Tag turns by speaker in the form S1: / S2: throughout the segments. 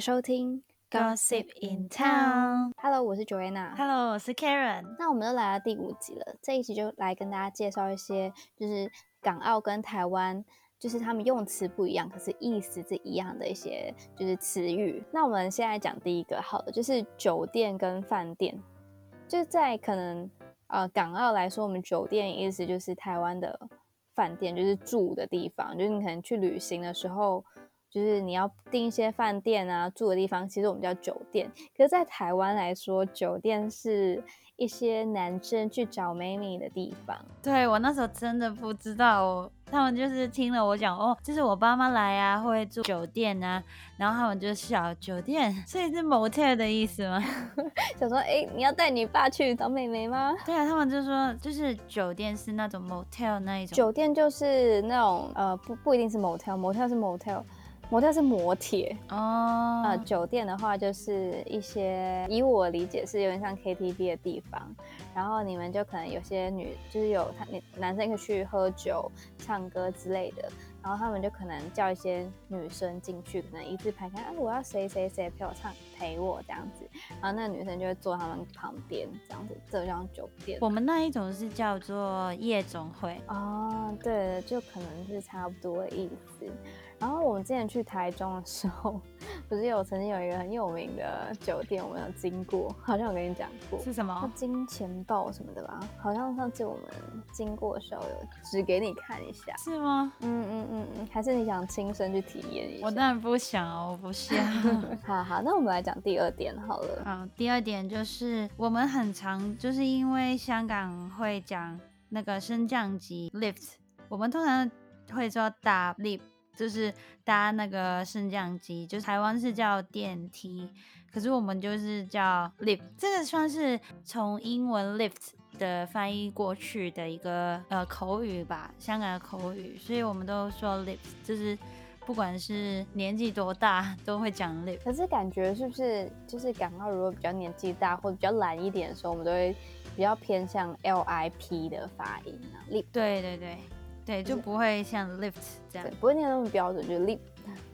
S1: 收听
S2: Gossip in Town。
S1: Hello，我是 Joanna。
S2: Hello，我是 Karen。
S1: 那我们又来到第五集了，这一集就来跟大家介绍一些，就是港澳跟台湾，就是他们用词不一样，可是意思是一样的一些就是词语。那我们现在讲第一个好了，就是酒店跟饭店，就是在可能呃港澳来说，我们酒店意思就是台湾的饭店，就是住的地方，就是你可能去旅行的时候。就是你要订一些饭店啊，住的地方，其实我们叫酒店。可是，在台湾来说，酒店是一些男生去找妹妹的地方。
S2: 对我那时候真的不知道哦，他们就是听了我讲哦，就是我爸妈来啊，会住酒店啊，然后他们就笑酒店， 所以是 motel 的意思 吗？
S1: 想说，哎、你要带你爸去找妹妹吗？
S2: 对啊，他们就说就是酒店是那种 motel 那一种，
S1: 酒店就是那种呃，不不一定是 motel，motel 是 motel，motel 是摩铁。
S2: 哦，
S1: 呃，酒店的话就是一些，以我理解是有点像 KTV 的地方，然后你们就可能有些女就是有他你男生可以去喝酒、唱歌之类的，然后他们就可能叫一些女生进去，可能一字排开，啊，我要谁谁谁陪我唱陪我这样子，然后那个女生就会坐他们旁边这样子，这就叫酒店。
S2: 我们那一种是叫做夜总会，
S1: 哦，对，就可能是差不多的意思。然后我们之前去台中的时候， 不是有曾经有一个很有名的酒店，我们有经过，好像有跟你讲过，
S2: 是什
S1: 叫
S2: 么？
S1: 金钱豹什么的吧？好像上次我们经过的时候有指给你看一下。
S2: 是吗？
S1: 嗯嗯嗯嗯，还是你想亲身去体验一下？
S2: 我啊当然不想哦，我不想。
S1: 好好，那我们来讲第二点好了。
S2: 好，第二点就是我们很常就是因为香港会讲那个升降机 lift，我们通常会说搭 lift，就是搭那个升降机，就台湾是叫电梯，可是我们就是叫 lift，这个算是从英文 lift 的翻译过去的一个呃口语吧，香港的口语，所以我们都说 lift，就是不管是年纪多大都会讲 lift。
S1: 可是感觉是不是就是港澳如果比较年纪大或者比较懒一点的时候，我们都会比较偏向 L I P 的发音啊，lip，
S2: 对对对对，就不会像 lift 这样
S1: 嗯对。，不会念得那么标准，就是 lip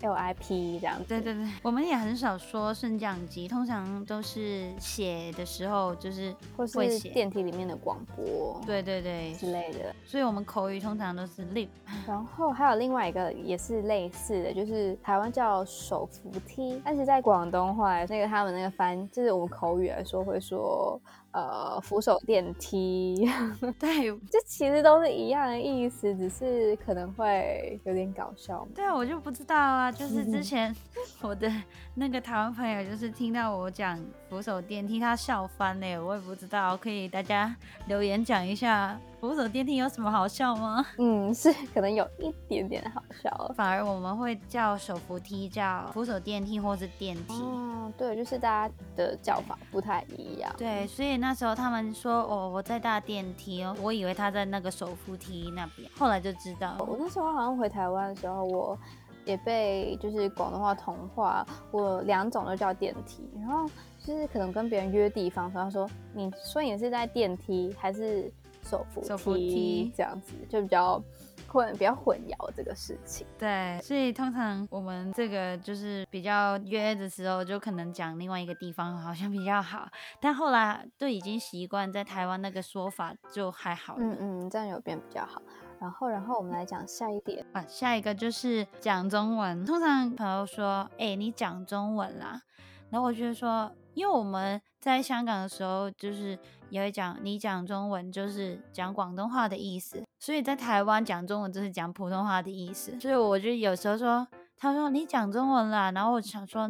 S1: L I P 这样子。
S2: 对对对，我们也很少说升降机，通常都是写的时候就是
S1: 或
S2: 会
S1: 是
S2: 写。
S1: 电梯里面的广播
S2: 对对对，
S1: 之类的。
S2: 所以我们口语通常都是 lift。
S1: 然后还有另外一个也是类似的，就是台湾叫手扶梯，但是在广东话那个他们那个翻，就是我们口语来说会说呃扶手电梯。
S2: 对
S1: 这其实都是一样的意思，只是可能会有点搞笑嘛。
S2: 对啊，我就不知道啊，就是
S1: 嗯
S2: 之前我的那个台湾朋友，就是听到我讲扶手电梯，他笑翻嘞，我也不知道，可以大家留言讲一下扶手电梯有什么好笑吗？
S1: 嗯，是可能有一点点好笑了。
S2: 反而我们会叫手扶梯叫扶手电梯或是电梯。
S1: 哦，对，就是大家的叫法不太一样。
S2: 对，所以那时候他们说哦，我在搭电梯哦，我以为他在那个手扶梯那边，后来就知道
S1: 我那时候好像回台湾的时候，我也被就是广东话同化，我两种都叫电梯，然后就是可能跟别人约地方的时候，他说你说你是在电梯还是手扶
S2: 手扶梯
S1: 这样子，就比较混比较混淆这个事情。
S2: 对，所以通常我们这个就是比较约的时候，就可能讲另外一个地方好像比较好，但后来都已经习惯在台湾那个说法，就还好了。
S1: 嗯嗯，这样有变比较好。然后，然后我们来讲下一点，
S2: 啊，下一个就是讲中文。通常朋友说：“哎、你讲中文啦。”然后我就说，因为我们在香港的时候，就是也会讲你讲中文就是讲广东话的意思，所以在台湾讲中文就是讲普通话的意思。所以我就有时候说，他说你讲中文啦，然后我想说。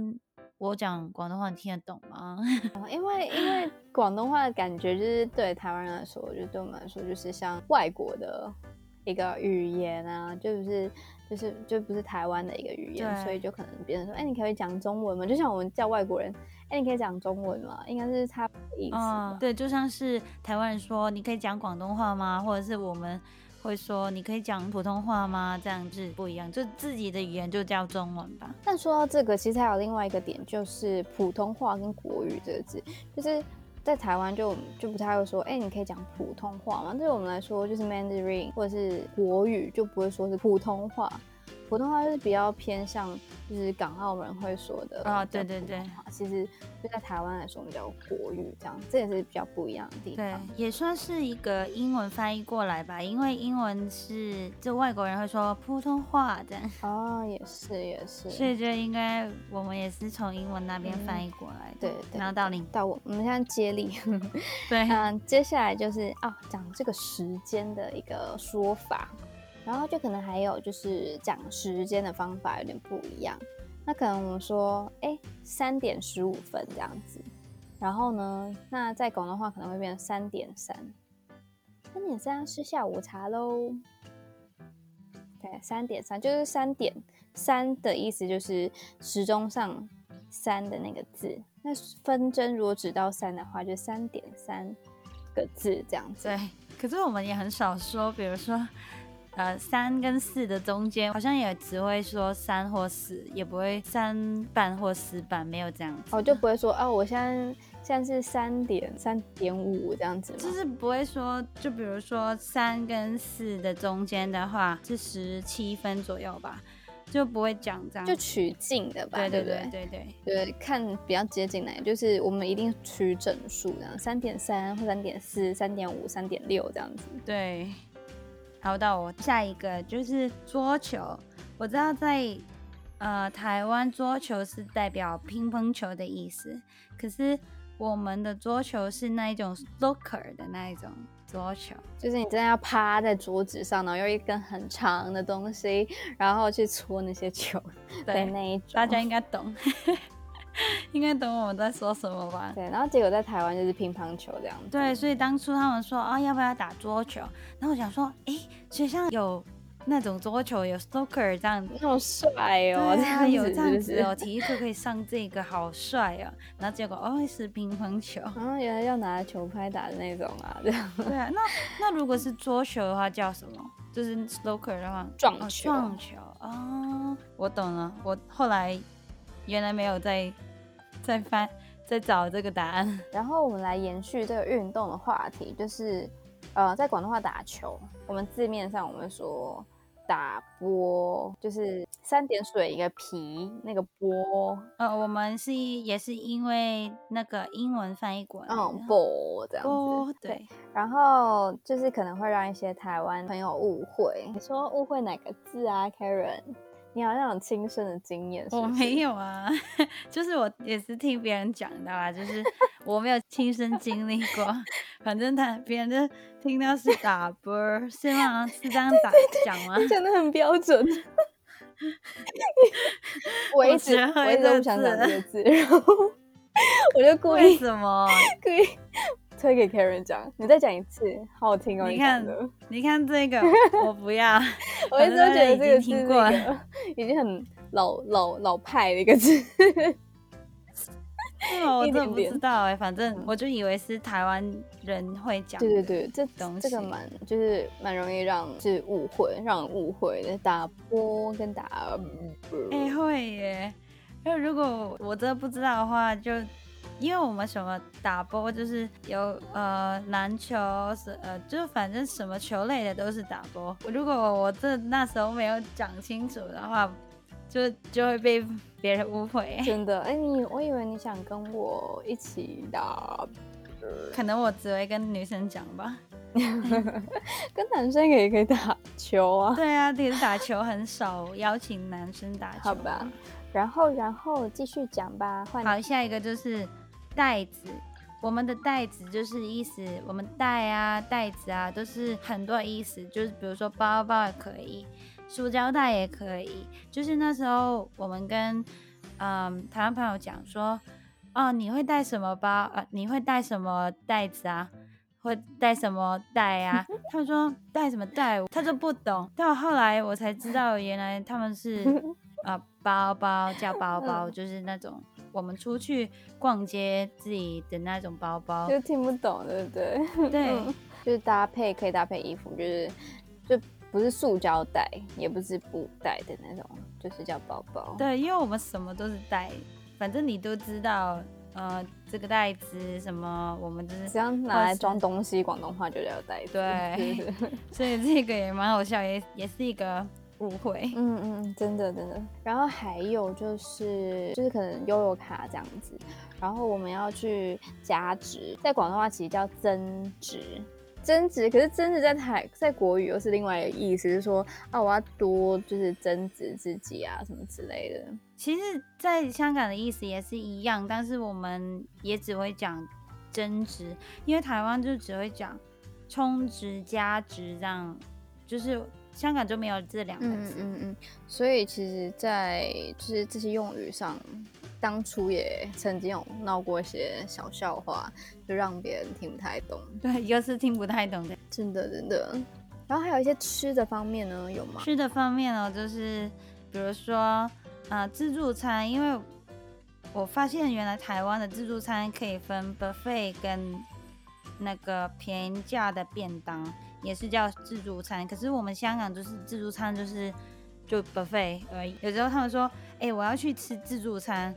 S2: 我讲广东话，你听得懂吗？
S1: 因为因为广东话的感觉就是对台湾人来说，就对我们来说就是像外国的一个语言啊，就不是就是就不是台湾的一个语言，
S2: 对
S1: 所以就可能别人说，哎、你可以讲中文吗？就像我们叫外国人，哎、你可以讲中文吗？应该是差不多的意思吧。
S2: 嗯，对，就像是台湾人说你可以讲广东话吗？或者是我们会说你可以讲普通话吗？这样子不一样，就自己的语言就叫中文吧。
S1: 但说到这个，其实还有另外一个点，就是普通话跟国语这个字，就是在台湾就就不太会说，哎、你可以讲普通话嘛？对我们来说，就是 Mandarin 或者是国语，就不会说是普通话。普通话就是比较偏向就是港澳人会说的
S2: 哦
S1: 比
S2: 对
S1: 较
S2: 对
S1: 普
S2: 对
S1: 通话其实就在台湾来说，我们叫国语这样，这也是比较不一样的地
S2: 对
S1: 方。，
S2: 也算是一个英文翻译过来吧，因为英文是就外国人会说普通话这样，
S1: 哦，也是也是，
S2: 所以就应该我们也是从英文那边翻
S1: 嗯
S2: 译过来的，
S1: 对对
S2: 然后到你
S1: 到我我们现在接力，
S2: 对，
S1: 嗯，接下来就是啊，讲这个时间的一个说法，然后就可能还有就是讲时间的方法有点不一样。那可能我们说，哎、三点十五分这样子，然后呢，那在广东话可能会变成三点三，三点三吃下午茶喽。对，三点三就是三点三的意思，就是时钟上三的那个字。那分针如果指到三的话，就三点三个字这样子。
S2: 对，可是我们也很少说，比如说，呃，三跟四的中间，好像也只会说三或四，也不会三半或四半，没有这样子，
S1: 哦，就不会说哦，我现在现在是三点三点五这样子吗？
S2: 就是不会说，就比如说三跟四的中间的话是十七分左右吧，就不会讲这样，
S1: 就取近的吧，
S2: 对
S1: 对
S2: 对
S1: 不
S2: 对对对，
S1: 对，看比较接近哪，就是我们一定取整数这样，三点三或三点四、三点五、三点六这样子。
S2: 对，然后到我下一个就是桌球，我知道在呃台湾桌球是代表乒乓球的意思，可是我们的桌球是那一种 snooker 的那一种桌球，
S1: 就是你真的要趴在桌子上，然后用一根很长的东西，然后去戳那些球，对
S2: 对，
S1: 那一种。
S2: 大家应该懂，应该懂我们在说什么吧？
S1: 对，然后结果在台湾就是乒乓球这样子。
S2: 对，所以当初他们说啊，要不要打桌球？然后我想说，诶，学校有那种桌球，有 snooker 这样子，
S1: 那么帅哦，
S2: 对啊，
S1: 这样
S2: 有
S1: 子
S2: 这样
S1: 是
S2: 子
S1: 不是
S2: 哦，体育课可以上这个，好帅哦。然后结果哦是乒乓球，
S1: 啊，原来要拿球拍打的那种啊，这样
S2: 对啊。那那如果是桌球的话叫什么？就是 snooker 的话，
S1: 撞
S2: 哦
S1: 球
S2: 撞球哦，我懂了。我后来原来没有在在翻在找这个答案。
S1: 然后我们来延续这个运动的话题，就是呃，在广东话打球，我们字面上我们说打波，就是三点水一个皮那个波，
S2: 呃，我们是也是因为那个英文翻译过来的，
S1: 嗯，波这样子。
S2: 波对，
S1: 然后就是可能会让一些台湾朋友误会，你说误会哪个字啊，Karen？你好像有亲身的经验，是
S2: 我
S1: 不是
S2: 没有啊， 就是我也是听别人讲的啊啦，就是我没有亲身经历过，反正他别人就听到是打啵儿，是吗？是这样打讲吗？
S1: 讲的很标准。 我一直
S2: 我学会
S1: 我一直都
S2: 这
S1: 不想讲
S2: 字
S1: 这个字，然后我就故
S2: 为
S1: 意
S2: 什么？
S1: 故意推给 Karen 讲，你再讲一次，好好听哦。
S2: 你
S1: 讲
S2: 看
S1: 的，
S2: 你看这个，我不要。
S1: 我一直都
S2: 反正大
S1: 觉得
S2: 家已
S1: 这
S2: 经
S1: 个字
S2: 听
S1: 是一
S2: 过了
S1: 个已经很老老老派的一个字。
S2: 因为我
S1: 一
S2: 真的
S1: 点
S2: 不
S1: 点嗯
S2: 知道哎、反正我就以为是台湾人会讲。
S1: 对对，对，这
S2: 东
S1: 这个
S2: 西
S1: 蛮就是蛮容易让就是误会，让人误会的打波跟打
S2: 哎、会耶。那如果我真的不知道的话，就因为我们什么打波就是有呃篮球是呃，就反正什么球类的都是打波。如果我这那时候没有讲清楚的话，就就会被别人误会。
S1: 真的哎，你我以为你想跟我一起打，
S2: 可能我只会跟女生讲吧。
S1: 跟男生也可以打球啊。
S2: 对啊， 其实打球很少邀请男生打球。
S1: 好吧，然后然后继续讲吧，换
S2: 好，下一个就是袋子。我们的袋子就是意思，我们袋啊、袋子啊，都是很多意思，就是比如说包包也可以，塑胶袋也可以。就是那时候我们跟嗯台湾朋友讲说，哦，你会带什么包？呃，你会带什么袋子啊？会带什么袋啊？ 他们说带什么袋，他就不懂。到后来我才知道，原来他们 是呃包包叫包包，
S1: 嗯
S2: 就是那种我们出去逛街自己的那种包包。
S1: 就听不懂，对不对？
S2: 对
S1: 嗯 就是搭配可以搭配衣服，就是就不是塑胶袋，也不是布袋的那种，就是叫包包。
S2: 对，因为我们什么都是带，反正你都知道，呃，这个袋子什么，我们就是
S1: 只要拿来
S2: 或是
S1: 装东 西，广东话就叫袋子。
S2: 对所以这个也蛮好笑，也也是一个误会。
S1: 嗯嗯，嗯，真的真的。然后还有就是就是可能悠游卡这样子，然后我们要去加值，在广东话其实叫增值。增值，可是增值在台在国语又是另外一个意思，是说啊，我要多就是增值自己啊，什么之类的。
S2: 其实，在香港的意思也是一样，但是我们也只会讲增值，因为台湾就只会讲充值、加值这样，就是香港就没有这两个
S1: 嗯
S2: 字。
S1: 嗯嗯，所以其实在，就是这些用语上，当初也曾经有闹过一些小笑话，就让别人听不太懂。
S2: 对，又是听不太懂的。
S1: 真的真的。然后还有一些吃的方面呢，有吗？
S2: 吃的方面哦，就是比如说，呃，自助餐，因为我发现原来台湾的自助餐可以分 buffet 跟那个平价的便当，也是叫自助餐。可是我们香港就是自助餐就是就 buffet 而已。有时候他们说，哎、我要去吃自助餐，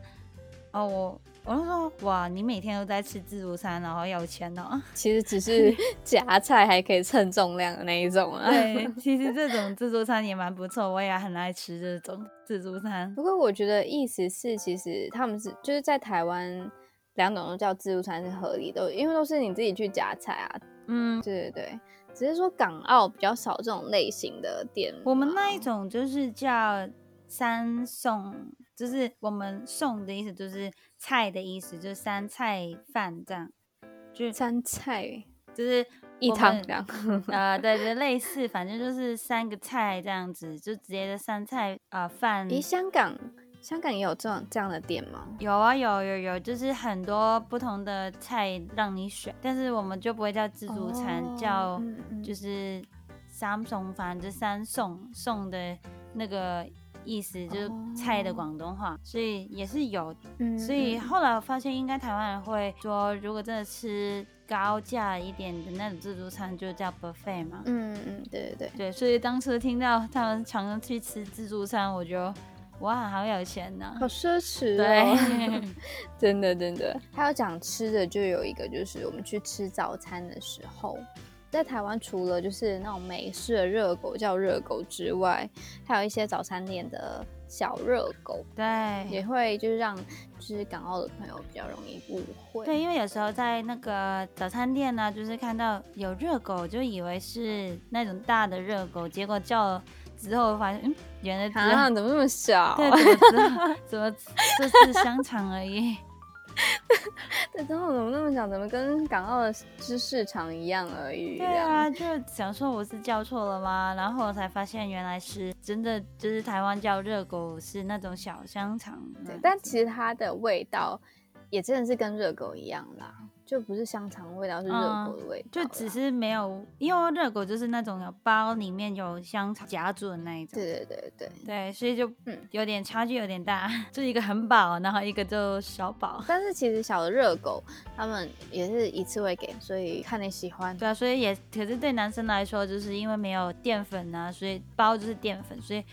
S2: 哦，我我就说，哇，你每天都在吃自助餐，然后要钱哦。
S1: 其实只 是夹菜还可以称重量的那一种啊。
S2: 对， 其实这种自助餐也蛮不错，我也很爱吃这种自助餐。
S1: 不过我觉得意思是，其实他们是就是在台湾两种都叫自助餐是合理的，因为都是你自己去夹菜啊。
S2: 嗯，
S1: 对对对，只是说港澳比较少这种类型的店嘛。
S2: 我们那一种就是叫三送，就是我们送的意思，就是菜的意思，就是三菜饭这样，就是
S1: 三菜
S2: 就是
S1: 一
S2: 我
S1: 汤
S2: 们
S1: 两
S2: 呃，对对，类似，反正就是三个菜这样子，就直接的三菜啊、呃饭。
S1: 咦，香港香港也有这种这样的店吗？
S2: 有啊有有有，就是很多不同的菜让你选，但是我们就不会叫自助餐，
S1: 哦
S2: 叫
S1: 嗯嗯
S2: 就是三送饭，就三送送的那个意思，就是菜的
S1: 哦
S2: 广东话，所以也是有。
S1: 嗯
S2: 所以
S1: 嗯
S2: 后来我发现，应该台湾人会说，如果真的吃高价一点的那种自助餐，就叫 buffet 嘛。
S1: 嗯嗯，对对对。
S2: 对，所以当初听到他们常常去吃自助餐，我就哇，好有钱呐、
S1: 好奢侈 哦！
S2: 对，
S1: 真的真的。还有讲吃的，就有一个就是我们去吃早餐的时候，在台湾除了就是那种美式的热狗叫热狗之外，还有一些早餐店的小热狗，
S2: 对，
S1: 也会就是让就是港澳的朋友比较容易误会。嗯
S2: 对，因为有时候在那个早餐店呢、就是看到有热狗，就以为是那种大的热狗，结果叫了之后发现，嗯，原来只是、
S1: 啊，怎么那么小？
S2: 对，怎么只怎么这是香肠而已。
S1: 对，怎么怎么那么小？怎么跟港澳的芝市场一样而已？
S2: 对啊，就想说我是叫错了吗？然后我才发现原来是真的，就是台湾叫热狗是那种小香肠那
S1: 对
S2: 样，子。
S1: 但其实它的味道也真的是跟热狗一样啦，就不是香肠味道，是热狗的味道
S2: 嗯
S1: 啦、
S2: 就只是没有，因为热狗就是那种有包里面有香肠夹住的那一种。
S1: 对对对对。
S2: 对，所以就
S1: 嗯
S2: 有点差距有点大， 就一个很饱，然后一个就少饱。
S1: 但是其实小的热狗，他们也是一次会给，所以看你喜欢。
S2: 对啊，所以也可是对男生来说，就是因为没有淀粉啊，所以包就是淀粉，所以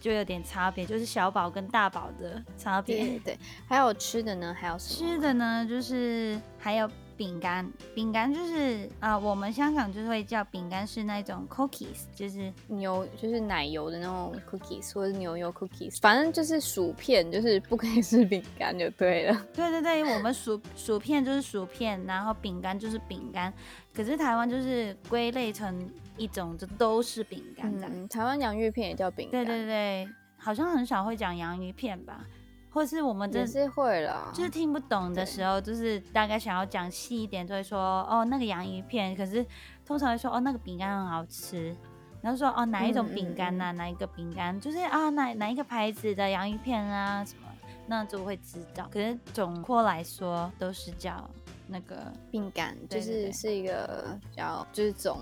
S2: 就有点差别，就是小饱跟大饱的差
S1: 对
S2: 别
S1: 对。对，还有吃的呢，还有什么？
S2: 吃的呢，就是还有饼干，饼干就是啊、呃我们香港就会叫饼干是那种 cookies，就是
S1: 牛就是奶油的那种 cookies，或者是牛油 cookies，反正就是薯片，就是不可以吃饼干就对了。
S2: 对对对，我们薯薯片就是薯片，然后饼干就是饼干，可是台湾就是归类成一种，就都是饼干这样。
S1: 嗯，台湾洋芋片也叫饼干，
S2: 对对对，好像很少会讲洋芋片吧，或是我们这
S1: 也是会啦。
S2: 就是听不懂的时候，就是大概想要讲细一点，就会说哦那个洋芋片，可是通常会说哦那个饼干很好吃，然后说哦哪一种
S1: 嗯嗯
S2: 饼干呐、哪一个饼干，就是啊哪哪一个牌子的洋芋片啊什么，那就会知道。可是总括来说都是叫那个
S1: 饼干，就
S2: 对对
S1: 是
S2: 对
S1: 是一个比较，就是总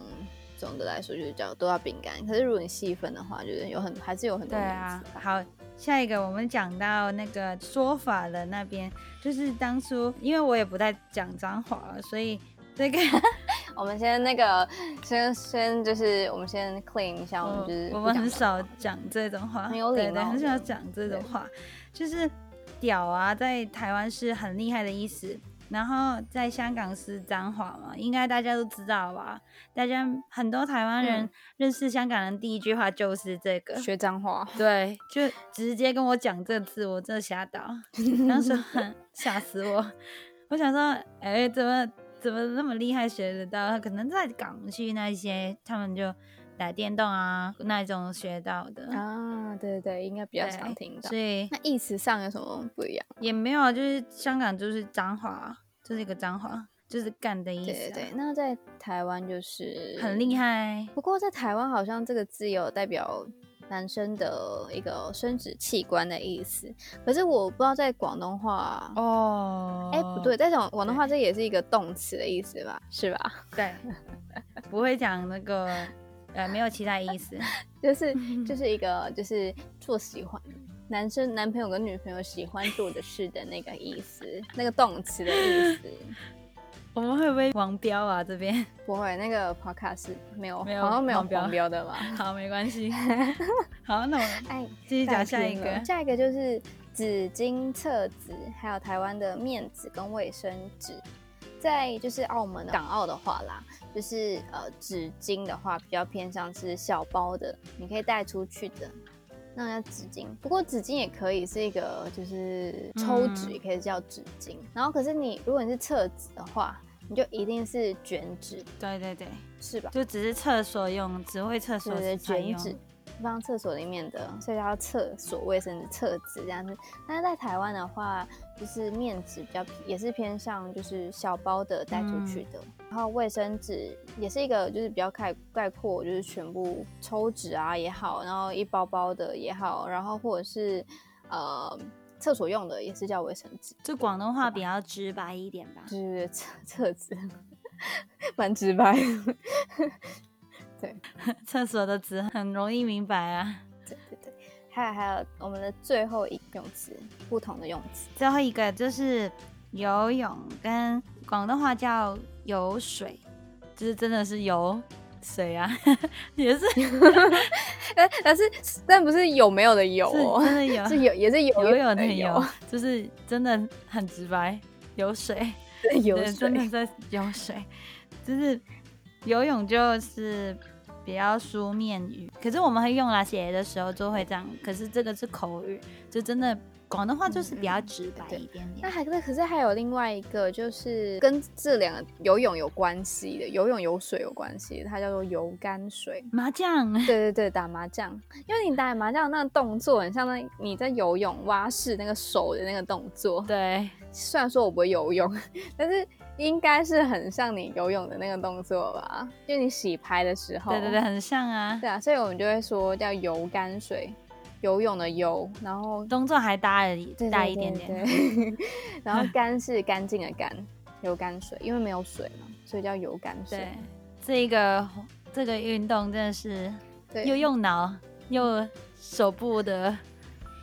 S1: 总的来说就是叫都要饼干。可是如果你细分的话，就是有很还是有很多
S2: 对
S1: 名
S2: 啊
S1: 字。，
S2: 好，下一个我们讲到那个说法的那边，就是当初因为我也不太讲脏话了，所以这个
S1: 我们先那个先先就是我们先 clean 一下，我们就是
S2: 嗯我
S1: 不
S2: 们
S1: 讲
S2: 很
S1: 脏
S2: 少
S1: 话
S2: 讲这种话，
S1: 很有礼
S2: 对对，
S1: 貌
S2: 很少
S1: 的
S2: 讲这种
S1: 对
S2: 话，就是屌啊，在台湾是很厉害的意思，然后在香港是脏话嘛，应该大家都知道吧？大家很多台湾人
S1: 嗯
S2: 认识香港人第一句话就是这个，
S1: 学脏话，
S2: 对，就直接跟我讲这字，我真的吓到，当时 很吓死我。我想说，哎、怎么怎么那么厉害学得到？可能在港剧那一些，他们就打电动啊那一种学到的，
S1: 啊，对对对，应该比
S2: 比
S1: 较常听到
S2: 所。以
S1: 那意思上有什么不一样？
S2: 也没有，啊，就是香港就是脏话，就是一个脏话，就是干的意思、啊
S1: 对对对，，那在台湾就是
S2: 很厉。害。
S1: 不过在台湾好像这个字有代表男生的一个生殖器官的意思，可是我不知道在广东话，
S2: 哦，
S1: 哎、不 对，，在广广东
S2: 对
S1: 话这也是一个动词的意思吧？是吧？
S2: 对，不会讲那个，呃，没有其他意思。
S1: 就是
S2: 嗯
S1: 就是一个就是做喜欢男生男朋友跟女朋友喜欢做的事的那个意思，那个动词的 意思。
S2: 我们会不会黄标啊？这边
S1: 不会，那个 podcast 是没有，
S2: 没有
S1: 好像没有
S2: 黄标
S1: 黄标的吧？
S2: 好，没关系。好，那我
S1: 哎，
S2: 继续讲下一
S1: 大
S2: 个
S1: 片了。下一个就是纸巾、厕纸，还有台湾的面纸跟卫生纸。在就是澳门港澳的话啦，就是呃纸巾的话比较偏向是小包的，你可以带出去的。那叫纸巾，不过纸巾也可以是一个，就是抽纸
S2: 嗯
S1: 也可以叫纸巾。然后可是你如果你是厕纸的话，你就一定是卷纸，
S2: 对对对，
S1: 是吧？
S2: 就只是厕所用，只会厕所
S1: 对对，
S2: 才
S1: 卷
S2: 用。
S1: 纸放厕所里面的，所以叫厕所卫生纸、厕纸这样子。但是在台湾的话，就是面纸比较偏也是偏向就是小包的带出去的，
S2: 嗯
S1: 然后卫生纸也是一个就是比较概概括，就是全部抽纸啊也好，然后一包包的也好，然后或者是呃厕所用的也是叫卫生纸，
S2: 就广东话比较直白一点吧。
S1: 就是厕厕纸， 蛮直白的。
S2: 厕所的纸很容易明白啊。
S1: 对对对，还有还有我们的最后一用词，不同的用词。
S2: 最后一个就是游泳，跟广东话叫游水，就是真的是游水啊，也是
S1: 但但是但不是有没有的有
S2: 是 真的有
S1: 是有也是有
S2: 游泳的
S1: 有
S2: 游，就是真的很直白，游水。
S1: 对有
S2: 对，真的
S1: 水，
S2: 在游水，就是游泳就是比较书面语，可是我们会用来写的时候就会这样，可是这个是口语，就真的广东话就是比较直白
S1: 嗯对
S2: 一点点。
S1: 那还可可是还有另外一个，就是跟这两个游泳有关系的，游泳有水有关系，它叫做游干水。
S2: 麻将，
S1: 对对对，打麻将，因为你打麻将那个动作很像那你在游泳蛙式那个手的那个动作。
S2: 对
S1: 虽然说我不会游泳，但是应该是很像你游泳的那个动作吧？就你洗牌的时候。
S2: 对对对，很像啊
S1: 对，啊，所以我们就会说叫游干水，游泳的游，然后
S2: 动作还大了
S1: 对
S2: 大
S1: 对
S2: 一点
S1: 对
S2: 点。
S1: 对 然后干是干净的干，游干水，因为没有水嘛，所以叫游干水。
S2: 对，这个这个运动真的是
S1: 对，
S2: 又用脑又手部的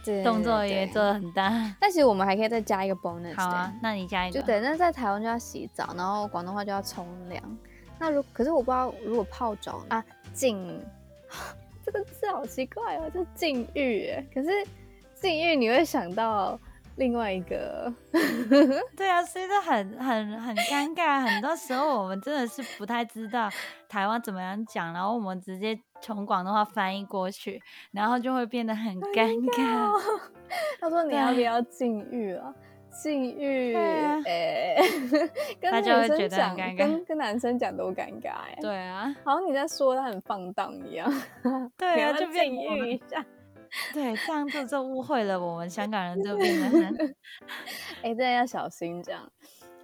S1: 对
S2: 动作也。
S1: 对
S2: 做
S1: 对
S2: 得很大。
S1: 但其实我们还可以再加一个 bonus，
S2: 好啊
S1: 对，
S2: 那你加一个
S1: 就。对。那在台湾就要洗澡，然后广东话就要冲凉。那如可是我不知道，如果泡澡啊， 浸这个字好奇怪哦，叫禁欲耶。可是禁欲你会想到另外一个。
S2: 对啊，所以这很很很尴尬，啊很多时候我们真的是不太知道台湾怎么样讲，然后我们直接从广东话翻译过去，然后就会变得很尴尬。
S1: 他说你
S2: 对
S1: 要不要禁欲啊？禁欲，
S2: 对啊
S1: 哎、 跟
S2: 大
S1: 女
S2: 家会
S1: 生
S2: 觉得
S1: 讲，
S2: 很尴尬
S1: 跟跟男生讲多尴尬哎、，
S2: 对啊，
S1: 好像你在说他很放荡一样。
S2: 对啊，
S1: 你要
S2: 就
S1: 不要
S2: 变
S1: 禁
S2: 我
S1: 欲
S2: 们
S1: 一下。
S2: 对这样就就误会了，我们香港人就变得很
S1: 哎、真的要小心这样。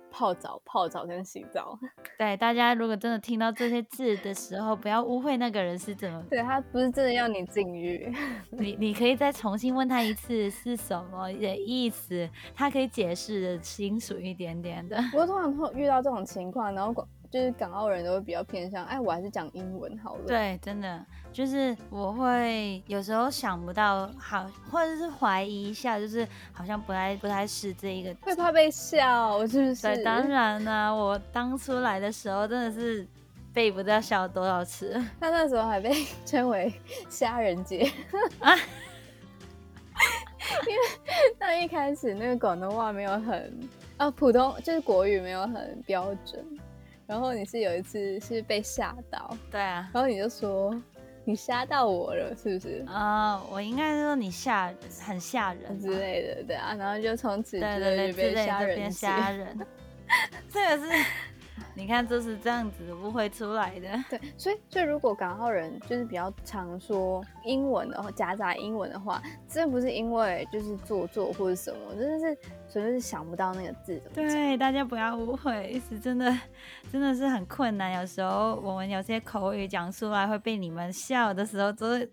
S1: 泡澡、泡澡跟洗澡，
S2: 对。大家如果真的听到这些字的时候，不要误会那个人是怎么，
S1: 对他不是真的要你禁欲，
S2: 你你可以再重新问他一次是什么的意思，他可以解释的清楚一点点的。
S1: 不过通常会遇到这种情况，然后广就是港澳人都会比较偏向，哎，我还是讲英文好了。
S2: 对，真的就是我会有时候想不到好，或者是怀疑一下，就是好像不太不太是这一个。
S1: 会怕被笑，是不
S2: 对，
S1: 是？
S2: 当然啦、我当初来的时候真的是背不知道笑多少次。
S1: 他那时候还被 称为虾人姐啊，
S2: 啊
S1: 因为那一开始那个广东话没有很啊，普通就是国语没有很标准。然后你是有一次是被吓到，
S2: 对啊，
S1: 然后你就说你吓到我了，是不是？
S2: 啊、我应该是说你吓人，很吓人
S1: 之
S2: 吧
S1: 类的，对啊，然后就从此之
S2: 对对
S1: 后
S2: 对，
S1: 就
S2: 之类
S1: 被吓
S2: 就
S1: 人
S2: 变
S1: 节
S2: 虾人， 这个是， 你看这是这样子误会出来的，
S1: 对，所以所以如果港澳人就是比较常说英文的话，夹杂英文的话，真的不是因为就是做作或者什么，真的是纯粹是想不到那个字怎么讲。
S2: 对，大家不要误会，是真的，真的是很困难。有时候我们有些口语讲出来会被你们笑的时候，都是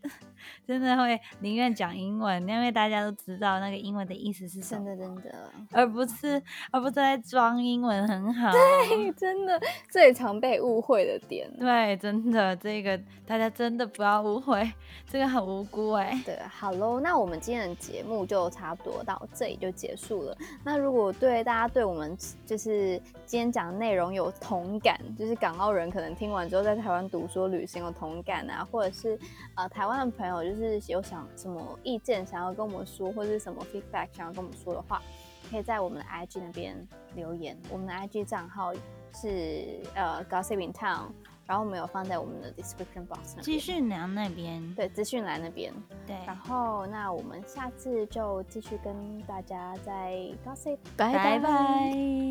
S2: 真的会宁愿讲英文，因为大家都知道那个英文的意思是什
S1: 真
S2: 么，
S1: 的真的，
S2: 而不是而不是在装英文很好。
S1: 嘿，真的最常被误会的点。
S2: 对，真的，这个大家真的不要误会，这个很无辜哎、
S1: 对，好喽，那我们今天的节目就差不多到这里就结束了。那如果对大家对我们就是今天讲的内容有同感，就是港澳人可能听完之后在台湾读书旅行有同感啊，或者是呃台湾的朋友就是有想什么意见想要跟我们说，或者是什么 feedback 想要跟我们说的话，可以在我们的 IG 那边留言。我们的 IG 账号是呃 Gossip in Town，然后我们有放在我们的 description box 那
S2: 继
S1: 边，
S2: 续娘那边，
S1: 对资讯栏那边。
S2: 对，
S1: 然后，那我们下次就继续跟大家再 gossip，拜
S2: 拜拜。